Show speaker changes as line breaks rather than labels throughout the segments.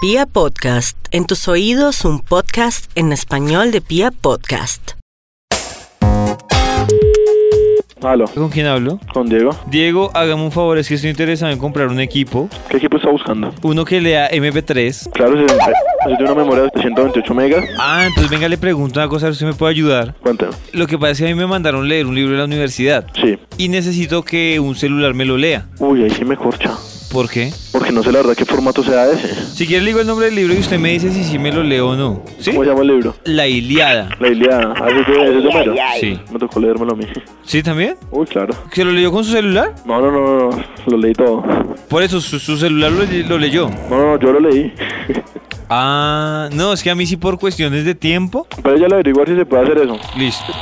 Pia Podcast, en tus oídos un podcast en español de Pia Podcast.
Aló,
¿Con quién hablo?
con Diego.
Diego, hágame un favor, es que estoy interesado en comprar un equipo,
¿Qué equipo está buscando?
uno que lea MP3.
Claro, se, se tiene una memoria de 128 megas.
Ah, entonces venga, le pregunto una cosa, a ver si me puede ayudar.
Cuéntame.
Lo que pasa es que a mí me mandaron leer un libro de la universidad
Sí.
y necesito que un celular me lo lea.
Uy, ahí sí me corcha.
¿Por qué?
Porque no sé la verdad qué formato sea ese.
Si quiere le digo el nombre del libro y usted me dice si sí me lo leo o no. ¿Sí?
¿Cómo se llama el libro?
La Iliada.
La Iliada. Ah, ese es de, ese es de Homero.
Sí.
Me tocó leérmelo a mí.
¿Sí también?
Uy, claro.
¿Se lo leyó con su celular?
No, no, no, no. Lo leí todo. No,
Por eso, su, su celular lo, le- lo leyó.
no, no, yo lo leí.
Ah, no, es que a mí sí por cuestiones de tiempo.
Pero ya le averiguar si se puede hacer eso.
Listo.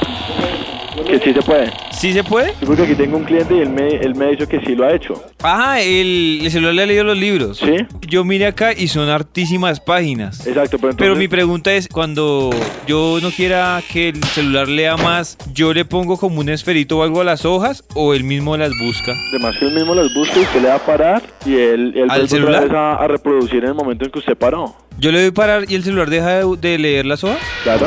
Que sí se puede.
¿Sí se puede?
Yo creo que aquí tengo un cliente y él me, él me ha dicho que sí lo ha hecho.
Ajá, el, el celular le ha leído los libros.
¿Sí?
Yo miré acá y son hartísimas páginas.
Exacto, pero entonces...
Pero mi pregunta es, cuando yo no quiera que el celular lea más, ¿yo le pongo como un esferito o algo a las hojas o él mismo las busca?
Además que él mismo las busca y usted le va a parar y él, él
¿Al
vuelve otra
celular?
vez a, a reproducir en el momento en que usted paró.
¿Yo le doy parar y el celular deja de, de leer las hojas?
Claro.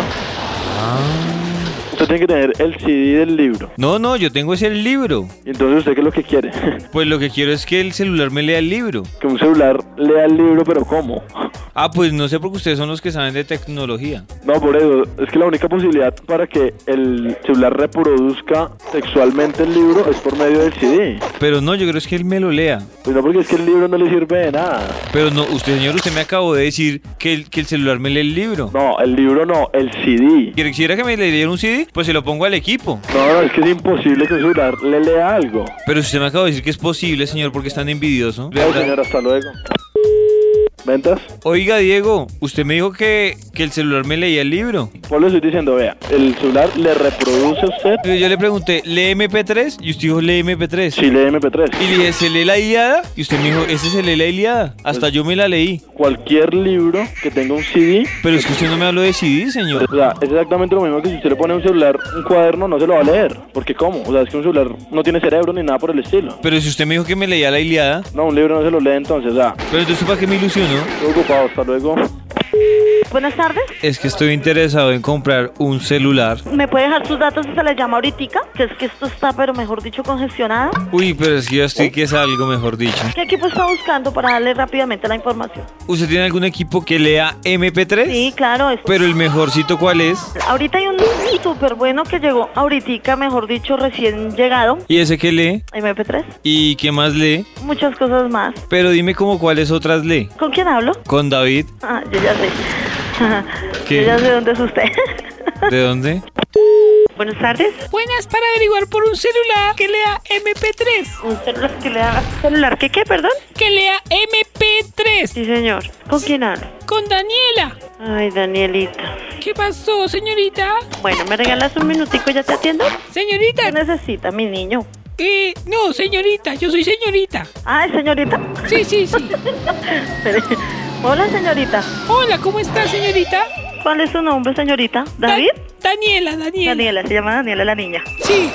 Usted tiene que tener el CD del libro.
No, no, yo tengo ese libro.
Y entonces usted qué es lo que quiere?
Pues lo que quiero es que el celular me lea el libro.
que un celular lea el libro, pero ¿cómo?
Ah, pues no sé porque ustedes son los que saben de tecnología.
No, por eso, es que la única posibilidad para que el celular reproduzca sexualmente el libro es por medio del CD.
Pero no, yo creo es que él me lo lea.
Pues no, porque es que el libro no le sirve de nada.
Pero no, usted señor, usted me acabó de decir que el, que el celular me lee el libro.
No, el libro no, el CD.
Quisiera que me le diera un CD, pues se lo pongo al equipo.
No, no, es que es imposible que un celular le lea algo.
Pero si usted me acaba de decir que es posible, señor, porque es tan envidioso.
Chao, señor, hasta luego. ¿Ventas?
Oiga, Diego, usted me dijo que, que el celular me leía el libro.
Pues le estoy diciendo, vea, el celular le reproduce a usted
Pero yo le pregunté, ¿lee MP3? Y usted dijo, ¿lee MP3?
si lee MP3.
Y le dije, ¿se lee la Iliada? Y usted me dijo, ¿ese se lee la Iliada? Hasta yo me la leí.
cualquier libro que tenga un CD.
Pero es que usted no me habló de CD,
O
señor.
sea, es exactamente lo mismo que si usted le pone a un celular un cuaderno, no se lo va a leer. Porque ¿cómo? O sea, es que un celular no tiene cerebro ni nada por el estilo.
Pero si usted me dijo que me leía la Iliada,
No, un libro no se lo lee entonces. O sea,
pero entonces ¿para qué me ilusionó?
estoy ocupado, hasta luego.
Buenas tardes.
Es que estoy interesado en comprar un celular.
¿Me puede dejar sus datos y se les llama ahorita? Que es que esto está, pero mejor dicho, congestionado.
Uy, pero es que yo estoy que es algo, mejor dicho.
¿Qué equipo está buscando para darle rápidamente la información?
¿Usted tiene algún equipo que lea MP3?
Sí, claro. es-
Pero el mejorcito, ¿cuál es?
Ahorita hay un súper bueno que llegó ahorita, mejor dicho, recién llegado.
¿Y ese que lee?
MP3.
¿Y qué más lee?
Muchas cosas más.
Pero dime como cuáles otras lee.
¿Con quién hablo?
Con David,
Ah, yo ya sé.
¿Qué?
Yo ya sé dónde es usted.
¿de dónde?
Buenas tardes.
Buenas para averiguar por un celular que lea MP3.
Un celular que le da... ¿Celular qué qué, perdón?
Que lea MP3.
Sí, señor. ¿Con quién hablo?
Con Daniela.
Ay, Danielita.
¿Qué pasó, señorita?
Bueno, ¿me regalas un minutico y ya te atiendo? ¿Qué
Señorita.
necesita mi niño?
Eh, no, señorita. Yo soy señorita.
Ay, señorita.
Sí, sí, sí.
Espere. Hola, señorita.
Hola, ¿cómo está, señorita?
¿Cuál es su nombre, señorita?
Da-
¿David?
Daniela, Daniela.
Daniela, se llama Daniela la niña.
Sí.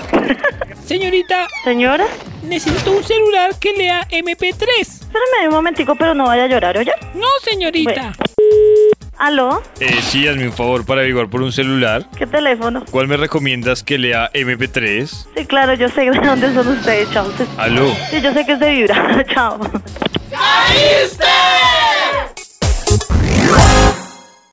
Señorita,
Señora,
necesito un celular que lea MP3.
espérame un momentico, pero no vaya a llorar, ¿oye?
No, señorita.
¿Aló?
Eh, sí, hazme un favor para averiguar por un celular.
¿Qué teléfono?
¿Cuál me recomiendas que lea MP3?
Sí, claro, yo sé de dónde son ustedes, chao.
Aló.
Sí, yo sé que es de Vibra, chao.
¡Ahí está!